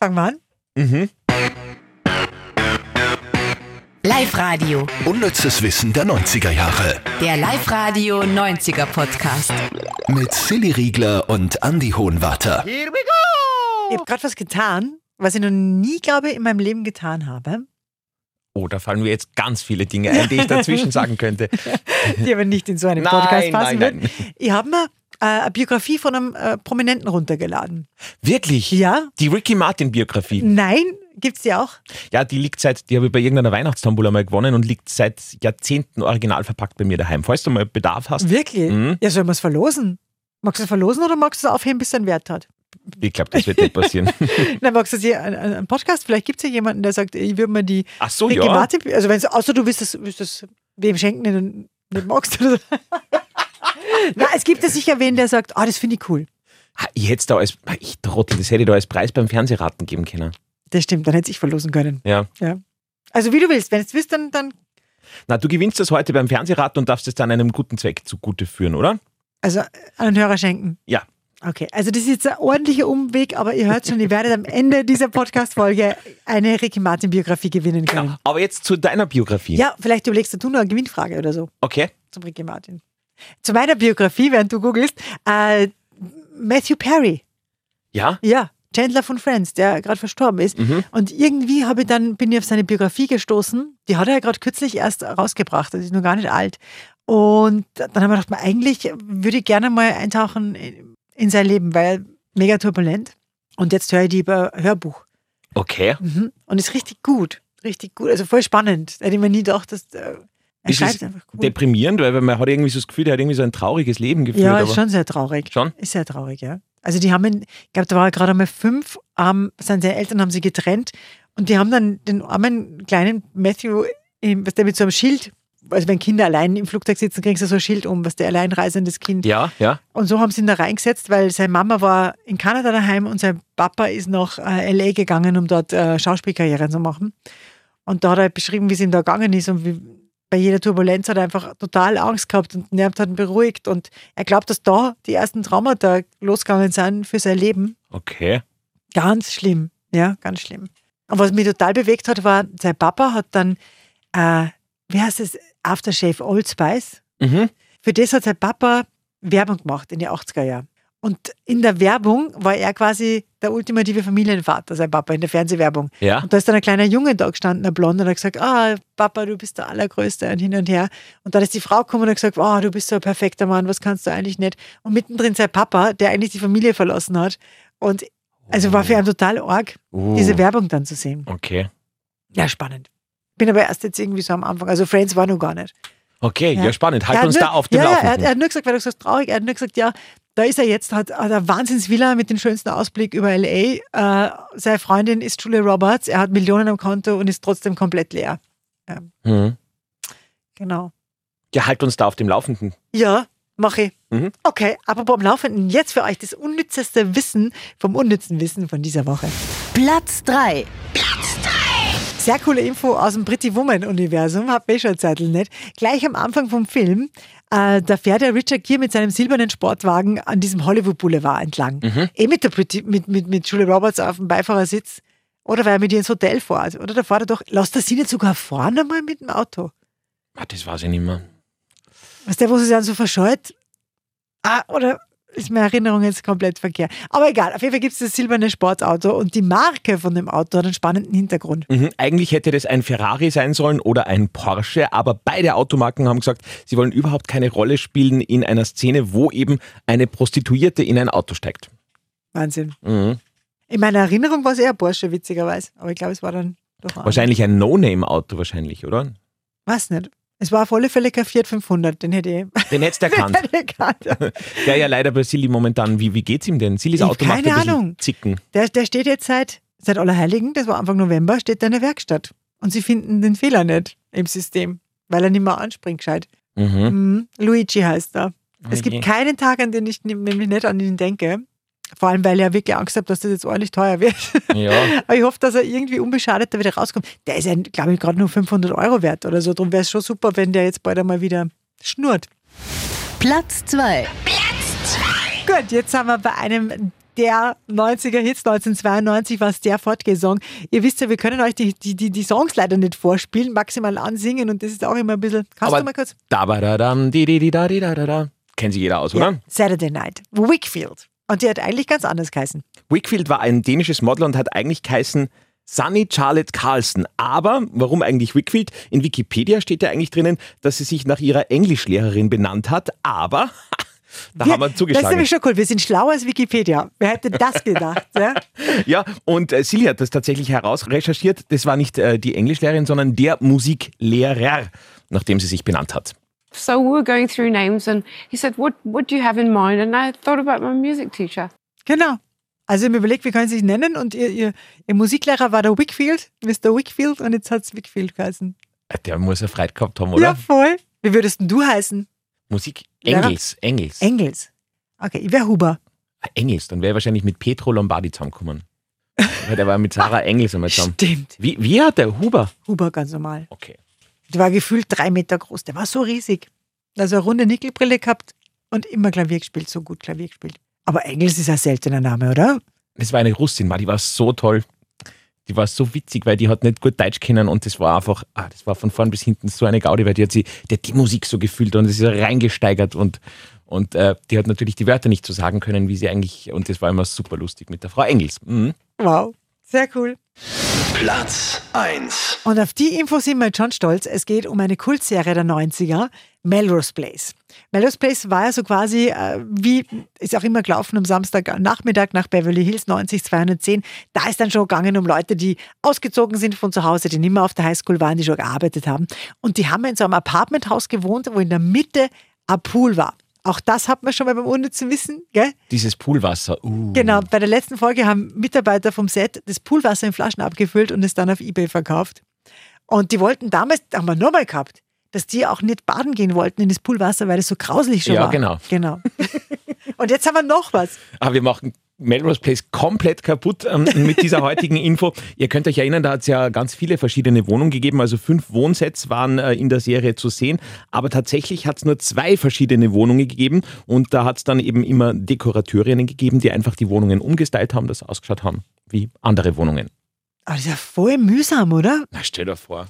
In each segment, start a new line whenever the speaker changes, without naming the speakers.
Fangen wir an.
Mhm.
Live-Radio,
Unnützes Wissen der 90er Jahre.
der Live-Radio 90er Podcast.
Mit Silly Riegler und Andy Hohenwarter.
Oh.
Ich habe gerade was getan, was ich noch nie, glaube ich, in meinem Leben getan habe,
Oh, da fallen mir jetzt ganz viele Dinge ein, die ich dazwischen sagen könnte.
die aber nicht in so einem
Nein,
Podcast passen
nein, nein.
wird. Ich habe mir äh, eine Biografie von einem äh, Prominenten runtergeladen.
Wirklich?
Ja?
Die Ricky Martin Biografie.
Nein? Gibt's die auch?
Ja, die liegt seit, die habe ich bei irgendeiner Weihnachtstombola mal gewonnen und liegt seit Jahrzehnten original verpackt bei mir daheim. Falls du mal Bedarf hast,
Wirklich?
Mhm.
Ja, sollen wir es verlosen? Magst du es verlosen oder magst du es aufheben, bis es einen Wert hat?
ich glaube, das wird nicht passieren.
Dann magst du es hier einen, einen Podcast. Vielleicht gibt es ja jemanden, der sagt, ich würde mir die
Ach so,
Ricky
Oh ja.
Martin, also wenn's, außer du willst das, willst das wem schenken, den du nicht magst. Oder so. Na, es gibt ja sicher wen, der sagt, ah, das finde ich cool.
Ha, Ich hätte da als, ha, ich trottel, das hätte ich da als Preis beim Fernsehraten geben können.
Das stimmt, dann hätte ich verlosen können.
Ja.
Also wie du willst, wenn du es willst, dann, dann
Na, du gewinnst das heute beim Fernsehraten und darfst es dann einem guten Zweck zugute führen, oder?
also an den Hörer schenken.
Ja.
Okay, also das ist jetzt ein ordentlicher Umweg, aber ihr hört schon, ihr werdet am Ende dieser Podcast-Folge eine Ricky Martin-Biografie gewinnen können.
Ja, Genau. aber jetzt zu deiner Biografie.
Genau. Ja, vielleicht überlegst du du noch eine Gewinnfrage oder so
Okay.
zum Ricky Martin. Zu meiner Biografie, während du googelst, äh, Matthew Perry.
Ja?
Ja, Chandler von Friends, der gerade verstorben ist.
Mhm.
Und irgendwie habe ich dann, bin ich auf seine Biografie gestoßen. Die hat er ja gerade kürzlich erst rausgebracht. Das ist noch gar nicht alt. Und dann haben wir gedacht, man, eigentlich würde ich gerne mal eintauchen in, in sein Leben, weil mega turbulent. Und jetzt höre ich die über Hörbuch.
Okay.
Mhm. Und ist richtig gut. Richtig gut. Also voll spannend. Hätte ich mir nie gedacht, dass äh, er
Ist es
schreibt einfach gut.
Deprimierend, weil man hat irgendwie so das Gefühl, der hat irgendwie so ein trauriges Leben geführt.
Ja,
aber
ist schon sehr traurig.
Schon?
Ist sehr traurig, ja. Also die haben, ihn, ich glaube, da war er gerade einmal fünf, ähm, seine Eltern haben sie getrennt und die haben dann den armen kleinen Matthew, ähm, was der mit so einem Schild, also wenn Kinder allein im Flugzeug sitzen, kriegst du so ein Schild um, was der alleinreisendes Kind.
Ja, ja.
Und so haben sie ihn da reingesetzt, weil seine Mama war in Kanada daheim und sein Papa ist nach äh, L.A. gegangen, um dort äh, Schauspielkarriere zu machen. Und da hat er beschrieben, wie es ihm da gegangen ist und wie bei jeder Turbulenz hat er einfach total Angst gehabt und nervt hat ihn beruhigt. Und er glaubt, dass da die ersten Traumata losgegangen sind für sein Leben.
Okay.
Ganz schlimm, ja, ganz schlimm. Und was mich total bewegt hat, war, sein Papa hat dann, äh, wie heißt es, Aftershave Old Spice
Mhm.
für das hat sein Papa Werbung gemacht in den 80er Jahren. Und in der Werbung war er quasi der ultimative Familienvater, sein Papa, in der Fernsehwerbung.
Ja.
Und da ist dann ein kleiner Junge da gestanden, ein Blonder, und hat gesagt, ah, Papa, du bist der Allergrößte und hin und her. Und dann ist die Frau gekommen und hat gesagt, ah, du bist so ein perfekter Mann, was kannst du eigentlich nicht? Und mittendrin sein Papa, der eigentlich die Familie verlassen hat. Und also war für ihn total arg,
Oh.
diese Werbung dann zu sehen.
Okay.
Ja, spannend. Bin aber erst jetzt irgendwie so am Anfang. Also Friends war noch gar nicht.
Okay, ja,
Ja.
spannend. Halt
Er hat
uns
nur,
da auf dem
ja, Ja, er, hat,
Laufenden.
er hat nur gesagt, weil du sagst, traurig, er hat nur gesagt, ja, da ist er jetzt, hat, hat eine Wahnsinnsvilla mit dem schönsten Ausblick über L.A. Äh, seine Freundin ist Julia Roberts, er hat Millionen am Konto und ist trotzdem komplett leer.
mhm.
Genau.
Ja, halt uns da auf dem Laufenden.
Ja, mache ich.
Mhm.
Okay, apropos am Laufenden, jetzt für euch das unnützeste Wissen vom unnützen Wissen von dieser Woche.
Platz 3.
Sehr coole Info aus dem Pretty Woman-Universum, hab ich schon Zettel nicht. Gleich am Anfang vom Film, äh, da fährt der Richard Gere mit seinem silbernen Sportwagen an diesem Hollywood Boulevard entlang. Eh mit, der Pretty, mit, mit, mit Julie Roberts auf dem Beifahrersitz. Oder weil er mit ihr ins Hotel fährt. Oder da fährt er doch, lass das sie nicht sogar fahren einmal mit dem Auto.
Ah, das weiß ich nicht mehr.
Was der, wo sie dann so verscheut? Ah, oder ist meine Erinnerung jetzt komplett verkehrt. Aber egal, auf jeden Fall gibt es das silberne Sportauto und die Marke von dem Auto hat einen spannenden Hintergrund.
Mhm. Eigentlich hätte das ein Ferrari sein sollen oder ein Porsche, aber beide Automarken haben gesagt, sie wollen überhaupt keine Rolle spielen in einer Szene, wo eben eine Prostituierte in ein Auto steigt.
Wahnsinn.
Mhm.
In meiner Erinnerung war es eher Porsche, witzigerweise. Aber ich glaube, es war dann doch ein-
Wahrscheinlich ein No-Name-Auto, wahrscheinlich, oder?
Weiß nicht. Es war auf alle Fälle kein Fiat 500, den hätte ich.
Den hättest du erkannt.
hätte ich gekannt.
Der ja leider bei Silly momentan, wie, wie geht's ihm denn? Sillys
Ich-
Auto macht ein
keine
bisschen
Ahnung.
Zicken.
der, der steht jetzt seit, seit Allerheiligen, das war Anfang November, steht da in der Werkstatt. Und sie finden den Fehler nicht im System, weil er nicht mehr anspringt gescheit.
Mhm.
Mhm. Luigi heißt er.
Oh
Es
je.
gibt keinen Tag, an den ich n- nämlich nicht an ihn denke. Vor allem, weil ich ja wirklich Angst habe, dass das jetzt ordentlich teuer wird.
Ja.
Aber ich hoffe, dass er irgendwie unbeschadet da wieder rauskommt. Der ist ja, glaube ich, gerade nur 500 Euro wert oder so. Darum wäre es schon super, wenn der jetzt bald einmal wieder schnurrt.
Platz 2.
Gut, jetzt sind wir bei einem der 90er Hits 1992 war es der Fortgesong. Ihr wisst ja, wir können euch die, die, die, die Songs leider nicht vorspielen, maximal ansingen und das ist auch immer ein bisschen. Kannst
Aber
du mal kurz?
Da, ba, da, dam, di, di, di, da, di, da, da, da. Kennt sich jeder aus, oder?
Saturday Night. Wickfield. Und die hat eigentlich ganz anders geheißen.
Wakefield war ein dänisches Model und hat eigentlich geheißen Sunny Charlotte Carlson. Aber warum eigentlich Wakefield? In Wikipedia steht ja eigentlich drinnen, dass sie sich nach ihrer Englischlehrerin benannt hat. Aber da haben wir
Das ist
zugeschlagen.
nämlich schon cool. Wir sind schlauer als Wikipedia. Wer hätte das gedacht? ja?
Ja, und äh, Silja hat das tatsächlich herausrecherchiert. Das war nicht äh, die Englischlehrerin, sondern der Musiklehrer, nachdem sie sich benannt hat.
So we were going through names, and he said, "What what do you have in mind?" And I thought about my music teacher.
Genau. Also ich habe mir überlegt, wie können sie sich nennen und ihr, ihr, ihr Musiklehrer war der Wickfield, Mr. Wickfield und jetzt hat es Wickfield geheißen.
Äh, Der muss ja Freude gehabt haben, oder?
Ja, voll. Wie würdest denn du heißen?
Musik
Lehrer?
Engels, Engels.
Engels. Okay, ich wäre Huber.
Ah, Engels, dann wäre er wahrscheinlich mit Petro Lombardi zusammengekommen. Weil der war mit Sarah Engels einmal zusammen.
Stimmt.
Wie, wie hat der Huber?
Huber ganz normal.
Okay.
Der war gefühlt drei Meter groß. Der war so riesig. Also eine runde Nickelbrille gehabt und immer Klavier gespielt, so gut Klavier gespielt. Aber Engels ist ein seltener Name, oder?
Das war eine Russin, war, die war so toll. Die war so witzig, weil die hat nicht gut Deutsch kennen und das war einfach, ah, das war von vorn bis hinten so eine Gaudi, weil die hat, sie, die, hat die Musik so gefühlt und es ist reingesteigert und, und äh, die hat natürlich die Wörter nicht so sagen können, wie sie eigentlich, und das war immer super lustig mit der Frau Engels. Mhm.
Wow. Sehr cool.
Platz 1.
Und auf die Info sind wir jetzt schon stolz. Es geht um eine Kultserie der 90er, Melrose Place. Melrose Place war ja so quasi, äh, wie ist auch immer gelaufen, am Samstagnachmittag nach Beverly Hills 90 210. Da ist dann schon gegangen um Leute, die ausgezogen sind von zu Hause, die nicht mehr auf der Highschool waren, die schon gearbeitet haben. Und die haben in so einem Apartmenthaus gewohnt, wo in der Mitte ein Pool war. Auch das hat man schon mal beim unnützen Wissen, gell?
Dieses Poolwasser, uh.
Genau, bei der letzten Folge haben Mitarbeiter vom Set das Poolwasser in Flaschen abgefüllt und es dann auf Ebay verkauft. Und die wollten damals, da haben wir nochmal gehabt, dass die auch nicht baden gehen wollten in das Poolwasser, weil das so grauslich schon
Ja,
war.
genau.
genau. Und jetzt haben wir noch was.
Aber Ah, wir machen Melrose Place komplett kaputt ähm, mit dieser heutigen Info. Ihr könnt euch erinnern, da hat es ja ganz viele verschiedene Wohnungen gegeben. Also fünf Wohnsets waren äh, in der Serie zu sehen. Aber tatsächlich hat es nur zwei verschiedene Wohnungen gegeben. Und da hat es dann eben immer Dekorateurinnen gegeben, die einfach die Wohnungen umgestylt haben, das ausgeschaut haben wie andere Wohnungen.
Aber das ist ja voll mühsam, oder?
Na, stell dir vor.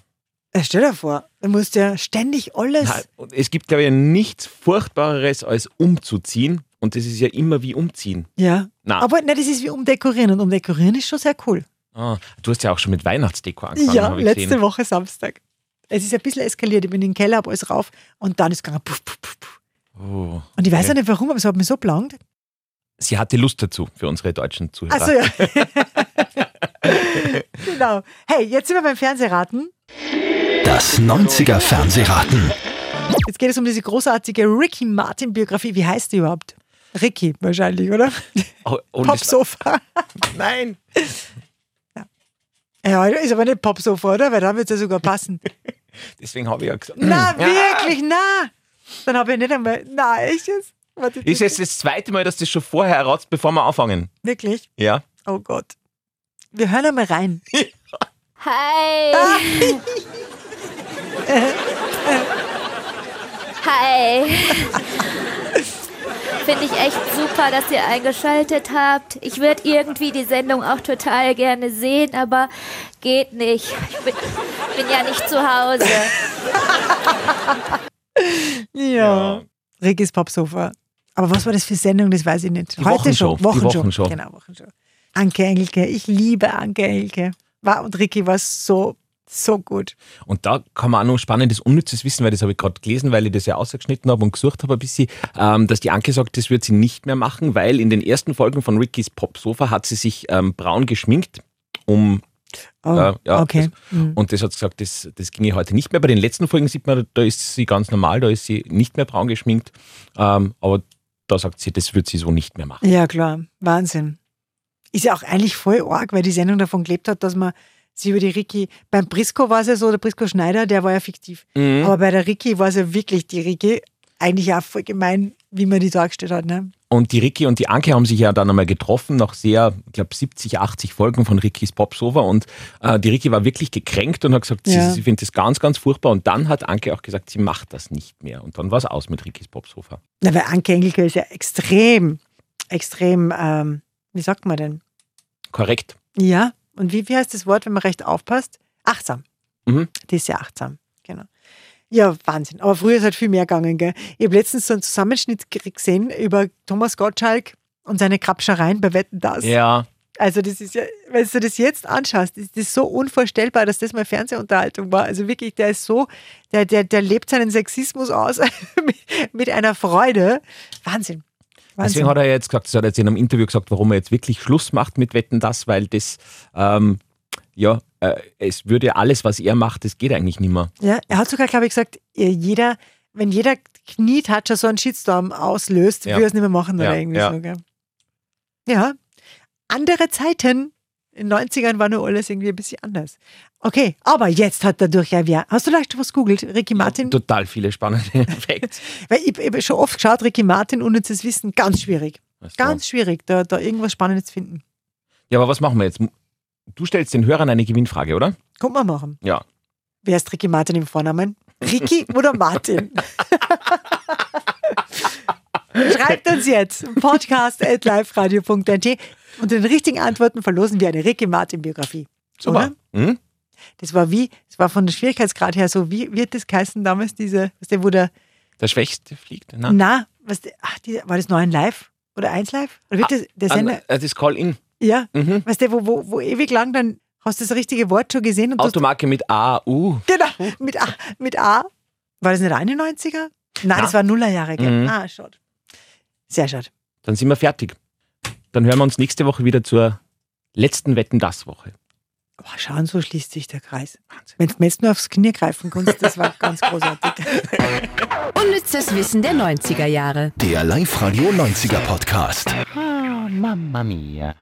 Äh, Stell dir vor, du musst ja ständig alles.
Na, und es gibt, glaube ich, nichts Furchtbareres als umzuziehen. Und das ist ja immer wie umziehen.
Ja.
Na.
Aber nein, das ist wie umdekorieren. Und umdekorieren ist schon sehr cool.
Ah, du hast ja auch schon mit Weihnachtsdeko angefangen.
ja,
hab ich
letzte
gesehen.
Woche Samstag. Es ist ein bisschen eskaliert. Ich bin in den Keller, hab alles rauf und dann ist es gegangen. Puff, puff, puff, puff.
Oh.
Und ich weiß auch nicht warum, aber es hat mich so belangt.
sie hatte Lust dazu für unsere deutschen Zuhörer.
Achso, ja. genau. Hey, jetzt sind wir beim Fernsehraten.
Das 90er Fernsehraten.
Jetzt geht es um diese großartige Ricky Martin-Biografie. Wie heißt die überhaupt? Ricky wahrscheinlich, oder?
oh, oh, das-
Popsofa.
Nein.
Ja, ist aber nicht Popsofa, oder? Weil dann wird es ja sogar passen.
Deswegen habe ich ja gesagt.
Na,
Ja.
wirklich, na. Dann habe ich nicht einmal. Na, echt jetzt? Warte,
Ist jetzt das zweite Mal, dass das schon vorher heraus, bevor wir anfangen.
Wirklich?
Ja.
Oh Gott. Wir hören einmal rein.
Hi.
Ah.
Hi. Finde ich echt super, dass ihr eingeschaltet habt. Ich würde irgendwie die Sendung auch total gerne sehen, aber geht nicht. Ich bin, bin ja nicht zu Hause.
Ja. Regis Popsofa. Aber was war das für Sendung, das weiß ich nicht.
Die Wochenshow, die
Wochenshow.
Wochenshow.
Genau, Wochenshow. Anke Engelke, ich liebe Anke Engelke. War und Ricky war so, so gut.
Und da kann man auch noch spannendes, unnützes Wissen, weil das habe ich gerade gelesen, weil ich das ja ausgeschnitten habe und gesucht habe ein bisschen, ähm, dass die Anke sagt, das wird sie nicht mehr machen, weil in den ersten Folgen von Rickys Popsofa hat sie sich ähm, braun geschminkt, um
Oh,
Ja, ja,
okay. Mhm.
Das, Und das hat sie gesagt, das, das ginge heute nicht mehr. Bei den letzten Folgen sieht man, da ist sie ganz normal, da ist sie nicht mehr braun geschminkt. Ähm, aber da sagt sie, das wird sie so nicht mehr machen.
Ja, klar. Wahnsinn. Ist ja auch eigentlich voll arg, weil die Sendung davon gelebt hat, dass man sie über die Ricky. Beim Brisco war es ja so, der Brisco Schneider, der war ja fiktiv.
Mhm.
Aber bei der Ricky war es ja wirklich die Ricky. Eigentlich auch voll gemein, wie man die dargestellt hat. Ne?
Und die Ricky und die Anke haben sich ja dann einmal getroffen, nach sehr, ich glaube, 70, 80 Folgen von Rickys Popsover. Und äh, die Ricky war wirklich gekränkt und hat gesagt,
Ja.
sie, sie findet das ganz, ganz furchtbar. Und dann hat Anke auch gesagt, sie macht das nicht mehr. Und dann war es aus mit Rickys Popsover.
Na, weil Anke Engelke ist ja extrem, extrem ähm, wie sagt man denn?
Korrekt.
Ja, und wie, wie heißt das Wort, wenn man recht aufpasst? Achtsam.
Mhm.
Die ist ja achtsam, genau. Ja, Wahnsinn. Aber früher ist halt viel mehr gegangen, gell? Ich habe letztens so einen Zusammenschnitt g- gesehen über Thomas Gottschalk und seine Krabschereien bei Wetten das.
Ja.
Also das ist ja, wenn du das jetzt anschaust, ist das so unvorstellbar, dass das mal Fernsehunterhaltung war. Also wirklich, der ist so, der, der, der lebt seinen Sexismus aus mit, mit einer Freude. Wahnsinn. Wahnsinn.
Deswegen hat er jetzt gesagt, das hat er jetzt in einem Interview gesagt, warum er jetzt wirklich Schluss macht mit Wetten das, weil das, ähm, ja, äh, es würde alles, was er macht, das geht eigentlich nicht mehr.
Ja, er hat sogar, glaube ich, gesagt, jeder, wenn jeder Knietatscher so einen Shitstorm auslöst,
Ja.
würde er es nicht mehr machen oder
Ja,
irgendwie
ja.
so. Gell? Ja, andere Zeiten. In den 90ern war nur alles irgendwie ein bisschen anders. Okay, aber jetzt hat dadurch ja wer. Hast du leicht was googelt? Ricky Martin?
Total viele spannende Facts.
Weil ich ich habe schon oft geschaut, Ricky Martin, unnützes Wissen, ganz schwierig.
Alles klar.
Ganz schwierig, da, da irgendwas Spannendes zu finden.
Ja, aber was machen wir jetzt? Du stellst den Hörern eine Gewinnfrage, oder?
Kommt mal machen.
Ja.
Wer ist Ricky Martin im Vornamen? Ricky oder Martin? Schreibt uns jetzt podcast.liferadio.at und den richtigen Antworten verlosen wir eine Ricky Martin Biografie.
Super. Hm?
Das war wie, das war von der Schwierigkeitsgrad her so, wie wird das geheißen damals, diese, was der, wo der,
Der Schwächste fliegt. Na,
na, was der, ach, die, war das 9 live oder 1 live? Oder wird das, der
An,
Sender,
äh, das Call-In.
ja,
Mhm.
weißt du, wo, wo, wo ewig lang dann hast du das richtige Wort schon gesehen und du hast
Automarke mit A, U.
Genau, mit A, mit A. War das nicht 91er? Nein, das war Nullerjahre. gell?
Mhm.
Ah, schade. Sehr schade.
Dann sind wir fertig. Dann hören wir uns nächste Woche wieder zur letzten Wetten das Woche.
Oh, schauen, so schließt sich der Kreis. Wenn du mir jetzt nur aufs Knie greifen konntest, das war ganz großartig.
Unnützes Wissen der 90er Jahre.
Der Live-Radio 90er Podcast.
Ah, mamma mia.